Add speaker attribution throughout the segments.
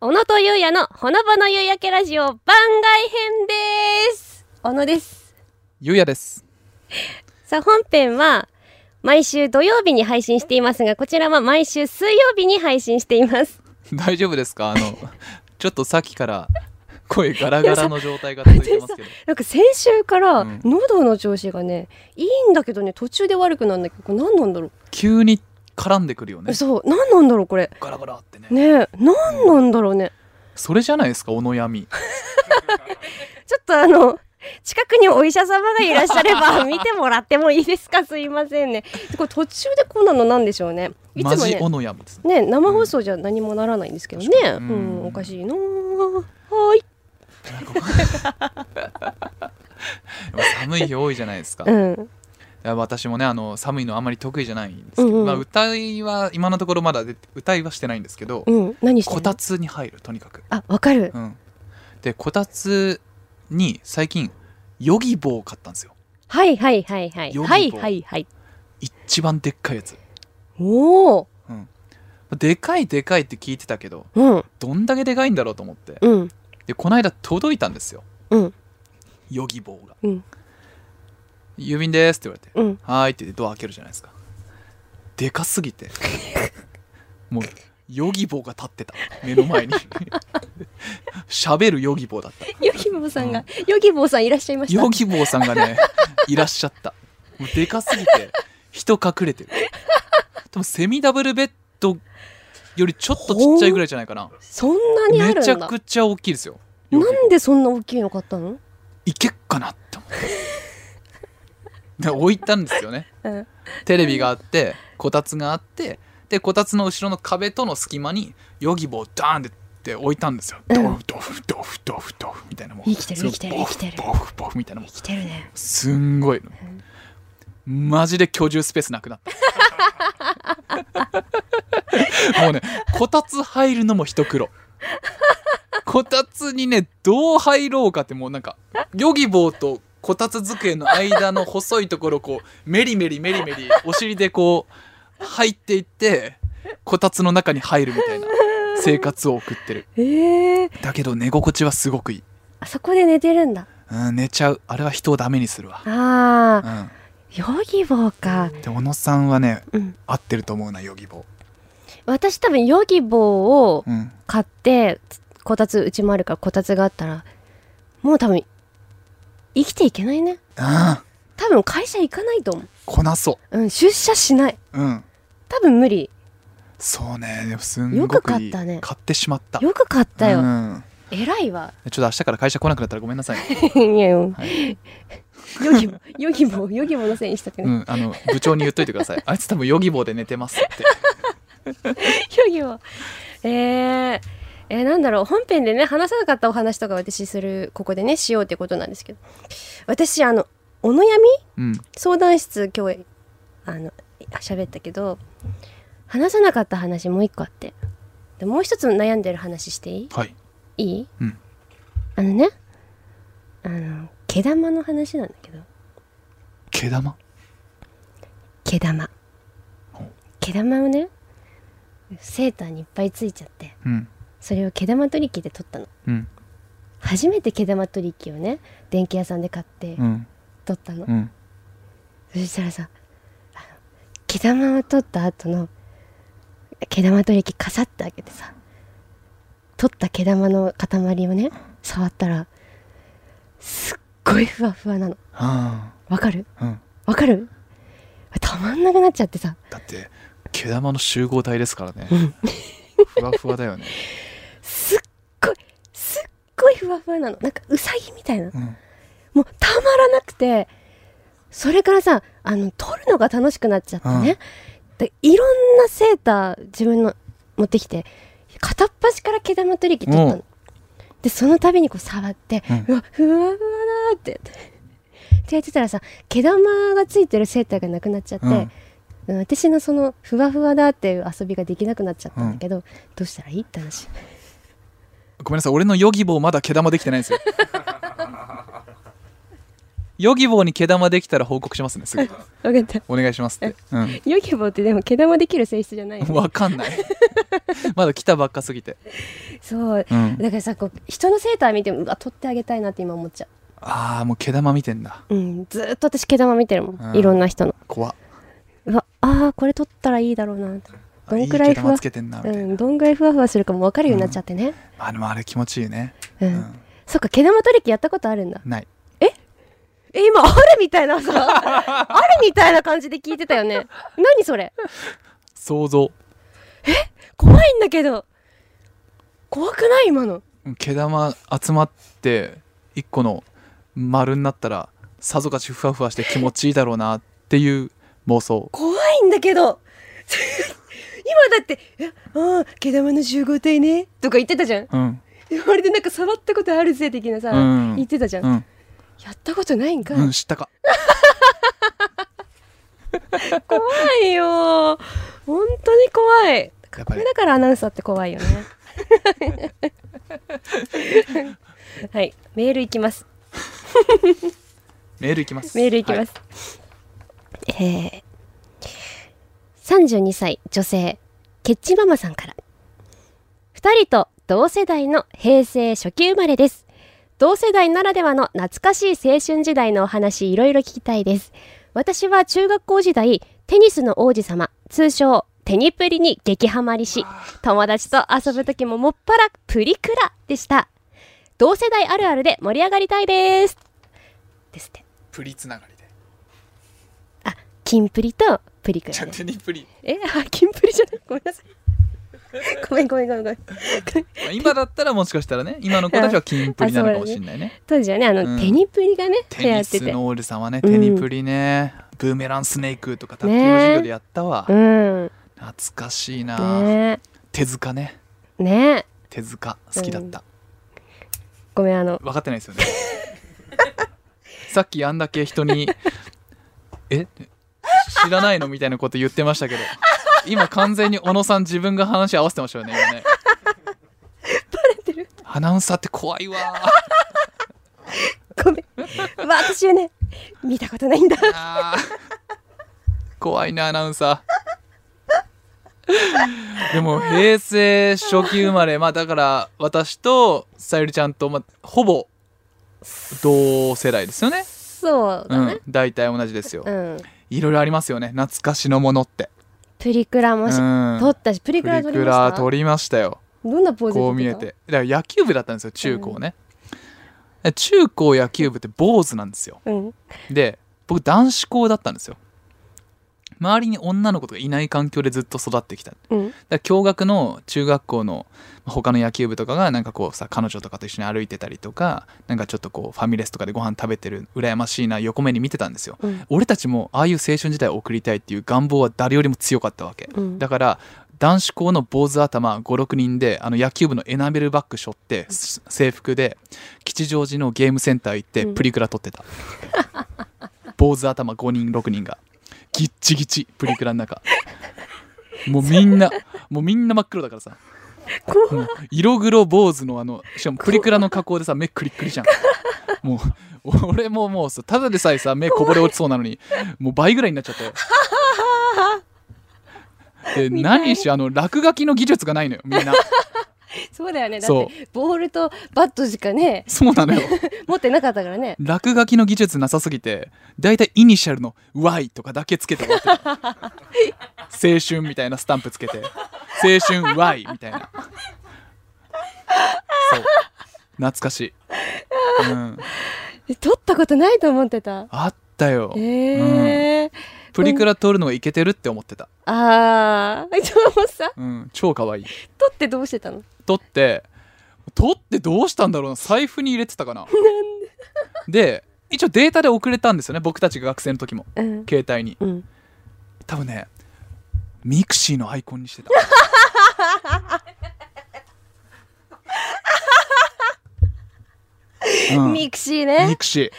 Speaker 1: 小野とゆうやのほのぼの夕焼けラジオ番外編です小野です
Speaker 2: ゆうやです。
Speaker 1: さあ本編は毎週土曜日に配信していますがこちらは毎週水曜日に配信しています
Speaker 2: 大丈夫ですかあ の、ちょっとさっきから声ガラガラの状態が続いてますけど。
Speaker 1: なんか先週から
Speaker 2: うん
Speaker 1: 喉の調子がね、いいんだけどね途中で悪くなるんだけどこれ何なんだろ
Speaker 2: 急に絡んでくるよ
Speaker 1: う、
Speaker 2: ね。
Speaker 1: そう何なんだろうこれ
Speaker 2: ガラガラってね。
Speaker 1: ねえ何なんだろうね
Speaker 2: それじゃないですか、お悩み。
Speaker 1: ちょっとあの近くにお医者様がいらっしゃれ ば見てもらってもいいですかすいませんねこれ途中でこんなのなんでしょうねいつ
Speaker 2: マ
Speaker 1: も
Speaker 2: ジ
Speaker 1: ね
Speaker 2: お悩みですね。
Speaker 1: ね生放送じゃ何もならないんですけどね、う
Speaker 2: うんん
Speaker 1: おかしいなあはーい、
Speaker 2: やっぱ寒い日多いじゃないですか。
Speaker 1: う
Speaker 2: い
Speaker 1: ん、
Speaker 2: や私もね、あの、寒いのあまり得意じゃないんですけど、
Speaker 1: うんうん
Speaker 2: まあ、歌いは、今のところまだで歌いはしてないんですけど、
Speaker 1: うん、何して
Speaker 2: こ
Speaker 1: る
Speaker 2: たつに入る、とにかく。
Speaker 1: あわかる
Speaker 2: うん。で、こたつに最近、ヨギボーを買ったんですよ。
Speaker 1: はいはいはいはい
Speaker 2: ヨギボー
Speaker 1: はいはいはい
Speaker 2: 一番でっかいやつ。
Speaker 1: おお
Speaker 2: うん、でかいでかいって聞いてたけど
Speaker 1: うん
Speaker 2: どんだけでかいんだろうと思って
Speaker 1: うん
Speaker 2: でこの間届いたんですよ
Speaker 1: うん
Speaker 2: ヨギボーが
Speaker 1: うん
Speaker 2: 「郵便です」って言われて
Speaker 1: うん
Speaker 2: 「はーい」って言ってドア開けるじゃないですかでかすぎて もうヨギボーが立ってた目の前に 喋るヨギボーだった
Speaker 1: ヨギボーさんが、
Speaker 2: うん
Speaker 1: ヨギボーさんいらっしゃいました
Speaker 2: ヨギボーさんがねいらっしゃったもうでかすぎて人隠れてるでもセミダブルベッドよりちょっとちっちゃいぐらいじゃないかな
Speaker 1: そんなにあるんだ
Speaker 2: めちゃくちゃ大きいですよ
Speaker 1: なんでそんな大きいの買ったの、
Speaker 2: いけっかなって思ってで 置いたんですよね
Speaker 1: うん、
Speaker 2: テレビがあってこたつがあってでこたつの後ろの壁との隙間にヨギボーダーンってって置いたんですよ、
Speaker 1: うん
Speaker 2: ドフドフドフドフドフみたいなもう
Speaker 1: 生きてる生きてる生
Speaker 2: ボフ
Speaker 1: きてる
Speaker 2: ボフボフみたいなもう
Speaker 1: 生きてるね
Speaker 2: すんごいの、マジで居住スペースなくなったもうねこたつ入るのも一苦労こたつにねどう入ろうかってもうなんかヨギボーとこたつ机の間の細いところをこうメリメリメリメリお尻でこう入っていってこたつの中に入るみたいな生活を送ってる
Speaker 1: ええー、
Speaker 2: だけど寝心地はすごくいい、
Speaker 1: あそこで寝てるんだ
Speaker 2: うん、寝ちゃうあれは人をダメにするわ、
Speaker 1: あ
Speaker 2: う
Speaker 1: あ
Speaker 2: ん
Speaker 1: ヨギボーか
Speaker 2: で小野さんはね
Speaker 1: うん
Speaker 2: 合ってると思うなヨギボ
Speaker 1: 私多分ヨギボーを
Speaker 2: ー、うん、
Speaker 1: 買ってつこたつうちもあるからこたつがあったらもう多分生きていけないね
Speaker 2: ああ
Speaker 1: 多分会社行かないと思う、
Speaker 2: こなそ
Speaker 1: うん、出社しないう
Speaker 2: うん
Speaker 1: 多分無理
Speaker 2: そうねでもすんごくいい
Speaker 1: よく買ったね
Speaker 2: 買ってしまった
Speaker 1: よく買ったよ、
Speaker 2: うん、
Speaker 1: 偉いわ
Speaker 2: ちょっと明日から会社来なくなったらごめん な さい、
Speaker 1: いやうん
Speaker 2: はい
Speaker 1: ヨギボヨギボヨギボのせいにしたく
Speaker 2: う
Speaker 1: ない、
Speaker 2: ん、あの部長に言っといてくださいあいつ多分ヨギボーで寝てます って
Speaker 1: ヨギボえーえーなんだろう本編でね話さなかったお話とか私するここでねしようってことなんですけど私あのお悩み
Speaker 2: うん
Speaker 1: 相談室今日あの喋ったけど話さなかった話もう一個あってでもう一つ悩んでる話していい
Speaker 2: はい
Speaker 1: いい、
Speaker 2: うん
Speaker 1: あのねあの毛玉の話なんだけど
Speaker 2: 毛玉
Speaker 1: 毛玉
Speaker 2: ほう
Speaker 1: 毛玉をねセーターにいっぱいついちゃって
Speaker 2: うん
Speaker 1: それを毛玉取り器で取ったの
Speaker 2: うん
Speaker 1: 初めて毛玉取り器をね電気屋さんで買って
Speaker 2: うん
Speaker 1: 取ったの、
Speaker 2: うん
Speaker 1: そしたらさあの毛玉を取った後の毛玉取り器かさってあげてさ取った毛玉の塊をね触ったらすっごいふわふわなの
Speaker 2: あ
Speaker 1: わかる
Speaker 2: あうん
Speaker 1: わかるたまんなくなっちゃってさ
Speaker 2: だって毛玉の集合体ですか らねふわふわだよね、
Speaker 1: すっごいすっごいふわふわなのなんかウサギみたいな
Speaker 2: うん、
Speaker 1: もうたまらなくてそれからさあの撮るのが楽しくなっちゃってね、でいろんなセーター自分の持ってきて片っ端から毛玉取り器取った
Speaker 2: う
Speaker 1: の。でその度にこう触って、
Speaker 2: う
Speaker 1: う
Speaker 2: ん
Speaker 1: わふわふわだーってってやってたらさ毛玉がついてるセーターがなくなっちゃって、
Speaker 2: うん
Speaker 1: うん私のそのふわふわだっていう遊びができなくなっちゃったんだけど、どうしたらいいって話
Speaker 2: ごめんなさい俺のヨギボーまだ毛玉できてないんですよヨギボーに毛玉できたら報告しますねすぐ
Speaker 1: 分かった
Speaker 2: お願いしますって、うん、
Speaker 1: ヨギボーってでも毛玉できる性質じゃない よね
Speaker 2: わか んないまだ来たばっかすぎて、
Speaker 1: そう
Speaker 2: うん、
Speaker 1: だからさこう人のセーター見てもうわ取ってあげたいなって今思っちゃ
Speaker 2: ああもう毛玉見てんだ
Speaker 1: う、うん、ずーっと私毛玉見てるもん、
Speaker 2: うん
Speaker 1: いろんな人の
Speaker 2: 怖っ
Speaker 1: うわあーこれ取ったらいいだろうな
Speaker 2: あ
Speaker 1: どんくらい
Speaker 2: 毛
Speaker 1: ふ
Speaker 2: 玉
Speaker 1: わ
Speaker 2: つけてんなみ
Speaker 1: う
Speaker 2: たいな、
Speaker 1: んどんぐらいふわふわするかも分かるようになっちゃってね
Speaker 2: まあでもあれ気持ちいいね、
Speaker 1: うん、
Speaker 2: うん
Speaker 1: そっか毛玉取り機やったことあるんだ
Speaker 2: ない
Speaker 1: え今あるみたい なさあるみたいな感じで聞いてたよね何それ
Speaker 2: 想像
Speaker 1: 怖いんだけど怖くない今の
Speaker 2: うん毛玉集まって一個の丸になったらさぞかしふわふわして気持ちいいだろうなっていう妄想
Speaker 1: 怖いんだけど 今だって「えああ毛玉の集合体ね」とか言ってたじゃん
Speaker 2: うん
Speaker 1: まるでなんか触ったことあるぜ的なさ、
Speaker 2: うん
Speaker 1: 言ってたじゃん、
Speaker 2: うん、
Speaker 1: やったことないんかい、
Speaker 2: うん、知ったか
Speaker 1: 怖いよ本当に怖い
Speaker 2: やっ
Speaker 1: こ
Speaker 2: ぱり
Speaker 1: れだからアナウンサーって怖いよね はいメールいきます
Speaker 2: メールいきます
Speaker 1: メールいきます、えー、32歳女性ケッチママさんから2人と同世代の平成初期生まれです同世代ならではの懐かしい青春時代のお話いろいろ聞きたいです私は中学校時代テニスの王子様通称テニプリに激ハマりし友達と遊ぶ時ももっぱらプリクラでした同世代あるあるで盛り上がりたいですですって
Speaker 2: プリつながりで
Speaker 1: あ、キンプリとプリク
Speaker 2: じ
Speaker 1: ラ
Speaker 2: ゃあ
Speaker 1: ね。
Speaker 2: テニプリ、
Speaker 1: え、あ、キンプリじゃない。ごめんな さい。ごめんごめんごめんごめん。
Speaker 2: まあ今だったらもしかしたらね今の子たちはキンプリなのかもしれないね
Speaker 1: 当時はね、あの、
Speaker 2: うん
Speaker 1: テニプリがね、流
Speaker 2: テ
Speaker 1: 行っ
Speaker 2: ニ
Speaker 1: て
Speaker 2: ス
Speaker 1: て。
Speaker 2: のオールさんはね、
Speaker 1: うん
Speaker 2: テニプリねブーメランスネークとか卓球の授業でやったわ、
Speaker 1: うん。
Speaker 2: 懐かしいな、
Speaker 1: ね
Speaker 2: 手塚ね
Speaker 1: え。ねえ。
Speaker 2: 手塚好きだった、
Speaker 1: ごめん、あの、
Speaker 2: 分かってないですよねさっきあんだけ人に「え知らないの?」みたいなこと言ってましたけど今完全に小野さん自分が話合わせてましたよね今ね
Speaker 1: てる
Speaker 2: アナウンサーって怖いわ
Speaker 1: ごめ ん。まあ、私はね、見たことないんだ。
Speaker 2: あー 怖いなアナウンサー でも平成初期生まれまあだから私とさゆりちゃんと、まあ、ほぼ同世代ですよね
Speaker 1: そう
Speaker 2: う
Speaker 1: だね
Speaker 2: ん。大体同じですよ、
Speaker 1: うん。
Speaker 2: いろいろありますよね懐かしのものって
Speaker 1: プリクラもし、
Speaker 2: うん
Speaker 1: 撮ったし、プリ
Speaker 2: プ
Speaker 1: クラ
Speaker 2: リ
Speaker 1: 撮り
Speaker 2: ク
Speaker 1: ま
Speaker 2: ラ
Speaker 1: した。
Speaker 2: 撮りましたよ
Speaker 1: どんなポーズ
Speaker 2: こう見えてだから野球部だったんですよ中高ね、で中高野球部って坊主なんですよ
Speaker 1: た。うん。
Speaker 2: で僕男子校だったんですよ周りに女の子とかいない環境でずっと育ってきただか
Speaker 1: うん。
Speaker 2: ら共学の中学校のまあ他の野球部とかがなんかこうさ彼女とかと一緒に歩いてたりとかなんかちょっとこうファミレスとかでご飯食べてる羨ましいな横目に見てたんですよ
Speaker 1: うん。
Speaker 2: 俺たちもああいう青春時代を送りたいっていう願望は誰よりも強かったわけ、
Speaker 1: うん
Speaker 2: だから男子校の坊主頭56人であの野球部のエナメルバッグ背負ってす制服で吉祥寺のゲームセンター行って
Speaker 1: うん
Speaker 2: プリクラ撮ってた、坊主頭5人6人がギッチギチプリクラの中もうみんなもうみんな真っ黒だからさ
Speaker 1: 怖
Speaker 2: もう色黒坊主のあのしかもプリクラの加工でさ目クリックリじゃんもう俺ももうさただでさえさ目こぼれ落ちそうなのにもう倍ぐらいになっちゃってで
Speaker 1: 見たい
Speaker 2: 何しあの落書きの技術がないのよみんな
Speaker 1: そうだよね。だ
Speaker 2: そ
Speaker 1: っ
Speaker 2: う
Speaker 1: て、ボールとバットしかね、
Speaker 2: そうなのよ
Speaker 1: 持ってなかったからね。
Speaker 2: 落書きの技術なさすぎてだいたいイニシャルの Y とかだけつけて終わってた青春みたいなスタンプつけて青春 Y みたいなそう懐かしい、うん、
Speaker 1: え撮ったことないと思ってた。
Speaker 2: あったよ、うん
Speaker 1: ええ
Speaker 2: プリクラ撮るのがいけてるって思ってた、
Speaker 1: あ あ、ちょっとさ、
Speaker 2: うん、超かわいい
Speaker 1: 取ってどうしてたの？
Speaker 2: 撮って撮ってどうしたんだろうな財布に入れてたかなで一応データで送れたんですよね僕たちが学生の時も
Speaker 1: うん、
Speaker 2: 携帯に
Speaker 1: うん、
Speaker 2: 多分ねミクシーのアイコンにし てたうん
Speaker 1: ミクシー
Speaker 2: ミ
Speaker 1: ね。
Speaker 2: クシー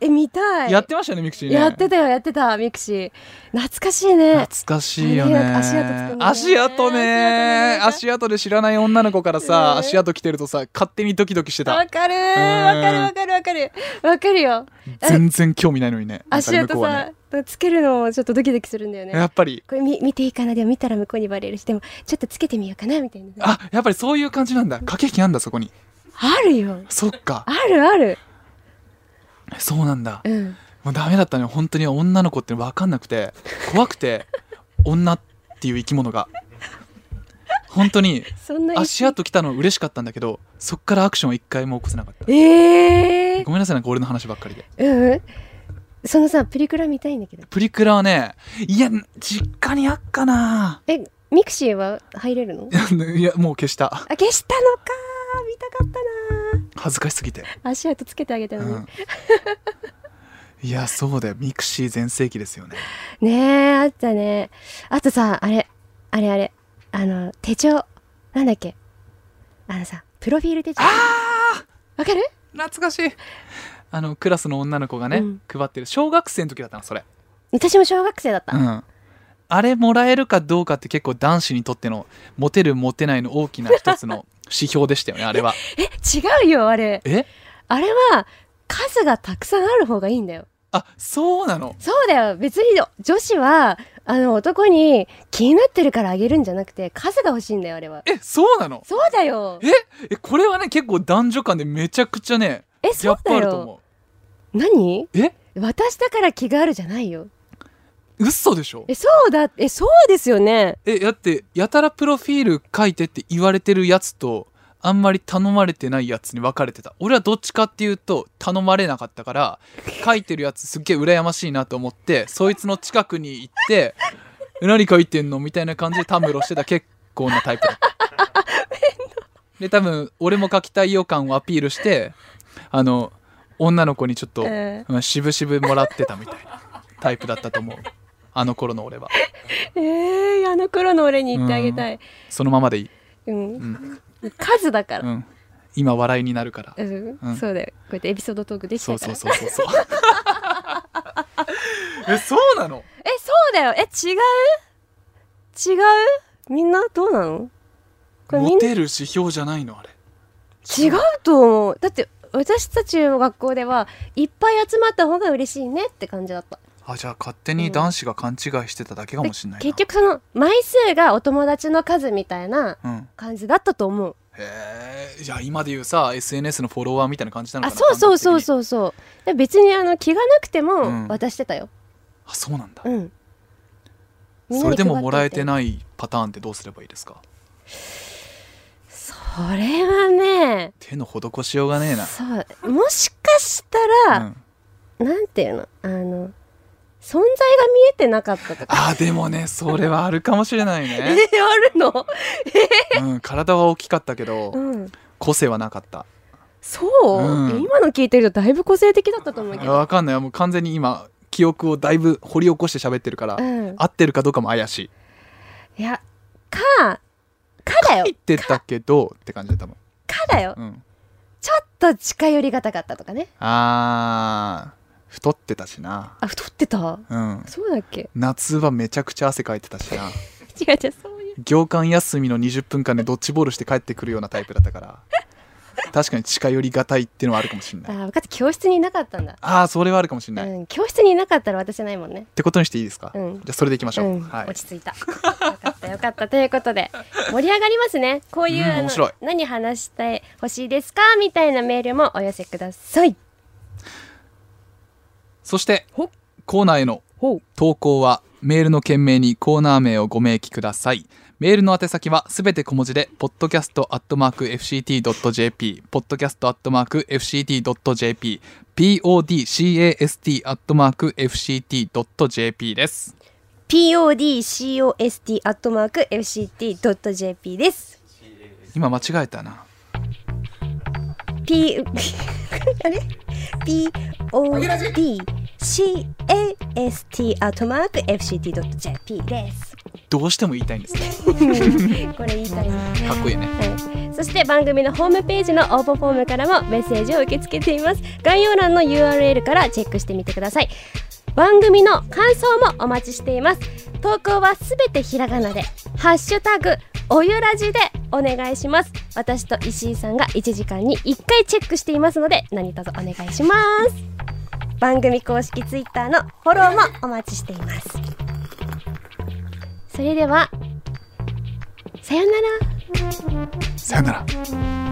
Speaker 1: え見たい
Speaker 2: やってましたよねミクシーね
Speaker 1: やってたよやってたミクシー懐かしいね
Speaker 2: 懐かしいよね
Speaker 1: あれ足跡作るのね
Speaker 2: 足
Speaker 1: 足跡
Speaker 2: 跡ね
Speaker 1: ね
Speaker 2: 足跡で知らない女の子からさ、
Speaker 1: ね
Speaker 2: 足跡来てるとさ勝手にドキドキしてた
Speaker 1: わかるわかるわかるわかるわかるよ
Speaker 2: 全然興味ないのにねなん
Speaker 1: 足
Speaker 2: かね向
Speaker 1: 跡
Speaker 2: こうは
Speaker 1: さ、つけるのもちょっとドキドキするんだよ
Speaker 2: ねや
Speaker 1: ね
Speaker 2: っぱり
Speaker 1: これ見見ていいかなでも見たら向こうにバレるしでもちょっとつけてみようかなみたいな
Speaker 2: あやっぱりそういう感じなんだ駆け引きなんだそこに
Speaker 1: あるよ
Speaker 2: そっか
Speaker 1: あるある
Speaker 2: そうなんだ
Speaker 1: うん
Speaker 2: もうダメだったね本当に女の子って分かんなくて怖くて女っていう生き物が本当に
Speaker 1: そんな
Speaker 2: 足跡来たの嬉しかったんだけどそっからアクションは一回も起こせなかった
Speaker 1: ええ
Speaker 2: ごめんなさいなんか俺の話ばっかりで
Speaker 1: うんうんそのさプリクラ見たいんだけど
Speaker 2: プリクラはねいや実家にあっかな
Speaker 1: えミクシーは入れるの
Speaker 2: いやもう消した
Speaker 1: あ消したのかー見たかったな
Speaker 2: 恥ずかしすぎて、
Speaker 1: ー足跡つけてあげた
Speaker 2: う
Speaker 1: のね
Speaker 2: ん、いやそうだよミクシー全盛期ですよね
Speaker 1: ねえあったねあとさあれあれあれあの手帳なんだっけあのさプロフィール手帳
Speaker 2: あ
Speaker 1: わかる
Speaker 2: ー懐かしいあのクラスの女の子がね、
Speaker 1: うん
Speaker 2: 配ってる小学生の時だったのそれ
Speaker 1: 私も小学生だった、
Speaker 2: うん、あれもらえるかどうかって結構男子にとってのモテるモテないの大きな一つ の指標でしたよねあれは
Speaker 1: え違うよあれ
Speaker 2: え
Speaker 1: あれは数がたくさんある方がいいんだよ
Speaker 2: あそうなの
Speaker 1: そうだよ別に女子はあの男に気になってるからあげるんじゃなくて数が欲しいんだよあれは
Speaker 2: えそうなの
Speaker 1: そうだよ
Speaker 2: ええこれはね結構男女間でめちゃくちゃね
Speaker 1: え
Speaker 2: ギャ
Speaker 1: そう
Speaker 2: ップ
Speaker 1: だ
Speaker 2: あると
Speaker 1: よ
Speaker 2: 思
Speaker 1: 何
Speaker 2: うえ
Speaker 1: 私だから気があるじゃないよ
Speaker 2: 嘘でしょ
Speaker 1: えそうだえそうですよね
Speaker 2: えだってやたらプロフィール書いてって言われてるやつとあんまり頼まれてないやつに分かれてた俺はどっちかっていうと頼まれなかったから書いてるやつすっげえ羨ましいなと思ってそいつの近くに行って「え何書いてんの?」みたいな感じでたむろしてた結構なタイプだった。で多分俺も書きたい予感をアピールしてあの女の子にちょっと
Speaker 1: え
Speaker 2: うん渋々もらってたみたいなタイプだったと思うあの頃の俺は
Speaker 1: えー、あの頃の俺に言ってあげたい
Speaker 2: そのままでいい。
Speaker 1: うん、
Speaker 2: うん
Speaker 1: 数だから、
Speaker 2: うん、今笑いになるから、
Speaker 1: うん
Speaker 2: うん
Speaker 1: そうだよこうやってエピソードトークでき
Speaker 2: そ
Speaker 1: た
Speaker 2: う
Speaker 1: か
Speaker 2: そ
Speaker 1: ら
Speaker 2: うそうそうそう えそうなの
Speaker 1: えそうだよえ違う違うみんなどうなのこれみん
Speaker 2: モ
Speaker 1: な
Speaker 2: テる指標じゃないのあれ
Speaker 1: 違うと思うだって私たちの学校ではいっぱい集まった方が嬉しいねって感じだった
Speaker 2: あじゃあ勝手に男子が勘違いしてただけかもしれないな
Speaker 1: 結局その枚数がお友達の数みたいな
Speaker 2: うん
Speaker 1: 感じだったと思う
Speaker 2: へえじゃあ今で言うさ SNS のフォロワーみたいな感じなの
Speaker 1: あ
Speaker 2: かな
Speaker 1: そうそうそう
Speaker 2: う
Speaker 1: そうそうで別にあの気がなくて
Speaker 2: うん
Speaker 1: も渡してたよ
Speaker 2: あそうなんだ、
Speaker 1: うん、みん
Speaker 2: そ
Speaker 1: なに配っとい
Speaker 2: れでももらえてないパターンってどうすればいいですか
Speaker 1: それはね
Speaker 2: 手の施しようがねえな
Speaker 1: そうもしかしたら、
Speaker 2: うん、
Speaker 1: なんていうのあの存在が見えてなかったとか。
Speaker 2: あでもねそれはあるかもしれない
Speaker 1: え
Speaker 2: ね、
Speaker 1: あるの？
Speaker 2: うん、体は大きかったけど
Speaker 1: うん。
Speaker 2: 個性はなかった
Speaker 1: そう、
Speaker 2: うん
Speaker 1: 今の聞いてるとだいぶ個性的だったと思うけ
Speaker 2: い
Speaker 1: ど。
Speaker 2: やわかんないもう完全に今記憶をだいぶ掘り起こして喋ってるから、
Speaker 1: うん。
Speaker 2: 合ってるかどうかも怪しい
Speaker 1: いやかかだよ
Speaker 2: 言ってたけどって感じだったもん、
Speaker 1: かだよ。
Speaker 2: うん、
Speaker 1: ちょっと近寄りがたかったとかね。
Speaker 2: あー太ってたしな
Speaker 1: あ太ってた。
Speaker 2: うん
Speaker 1: そうだっけ？
Speaker 2: 夏はめちゃくちゃ汗かいてたし
Speaker 1: 違う
Speaker 2: な
Speaker 1: 違うそういう。
Speaker 2: 行間休みの20分間でドッジボールして帰ってくるようなタイプだったから確かに近寄りがたいっていうのはあるかもしれ
Speaker 1: あ
Speaker 2: ない
Speaker 1: 分かった教室にいなかったんだ。
Speaker 2: ああそれはあるかもしれない、っ
Speaker 1: うん教室にいなかったら私じゃないもんね。
Speaker 2: てことにしていいですか、
Speaker 1: うん
Speaker 2: じゃあそれでいきまし
Speaker 1: う
Speaker 2: ょう、
Speaker 1: ん、
Speaker 2: はい
Speaker 1: 落ち着いた。よかったよかったということで盛り上がりますね。こういう、
Speaker 2: うん
Speaker 1: あ
Speaker 2: 面白い
Speaker 1: の何話してほしいですかみたいなメールもお寄せください。
Speaker 2: そして
Speaker 1: ほ
Speaker 2: コーナーへの
Speaker 1: ほう
Speaker 2: 投稿はメールの件名にコーナー名をご明記くださいメールの宛先はすべて小文字で podcast.fct.jp podcast.fct.jp podcast.fct.jp です
Speaker 1: podcast アットマーク fct ドット jp です。
Speaker 2: 今間違えたな
Speaker 1: p あれ p o d c a s t アットマーク fct ドット jp です。
Speaker 2: どうしても言いたいんですね
Speaker 1: これ言いたいな
Speaker 2: かっこいいね
Speaker 1: そして番組のホームページの応募フォームからもメッセージを受け付けています概要欄の URL からチェックしてみてください番組の感想もお待ちしています投稿はすべてひらがなでハッシュタグおゆらじでお願いします私と石井さんが1時間に1回チェックしていますので何卒お願いします番組公式ツイッターのフォローもお待ちしていますそれではさようなら
Speaker 2: さよなら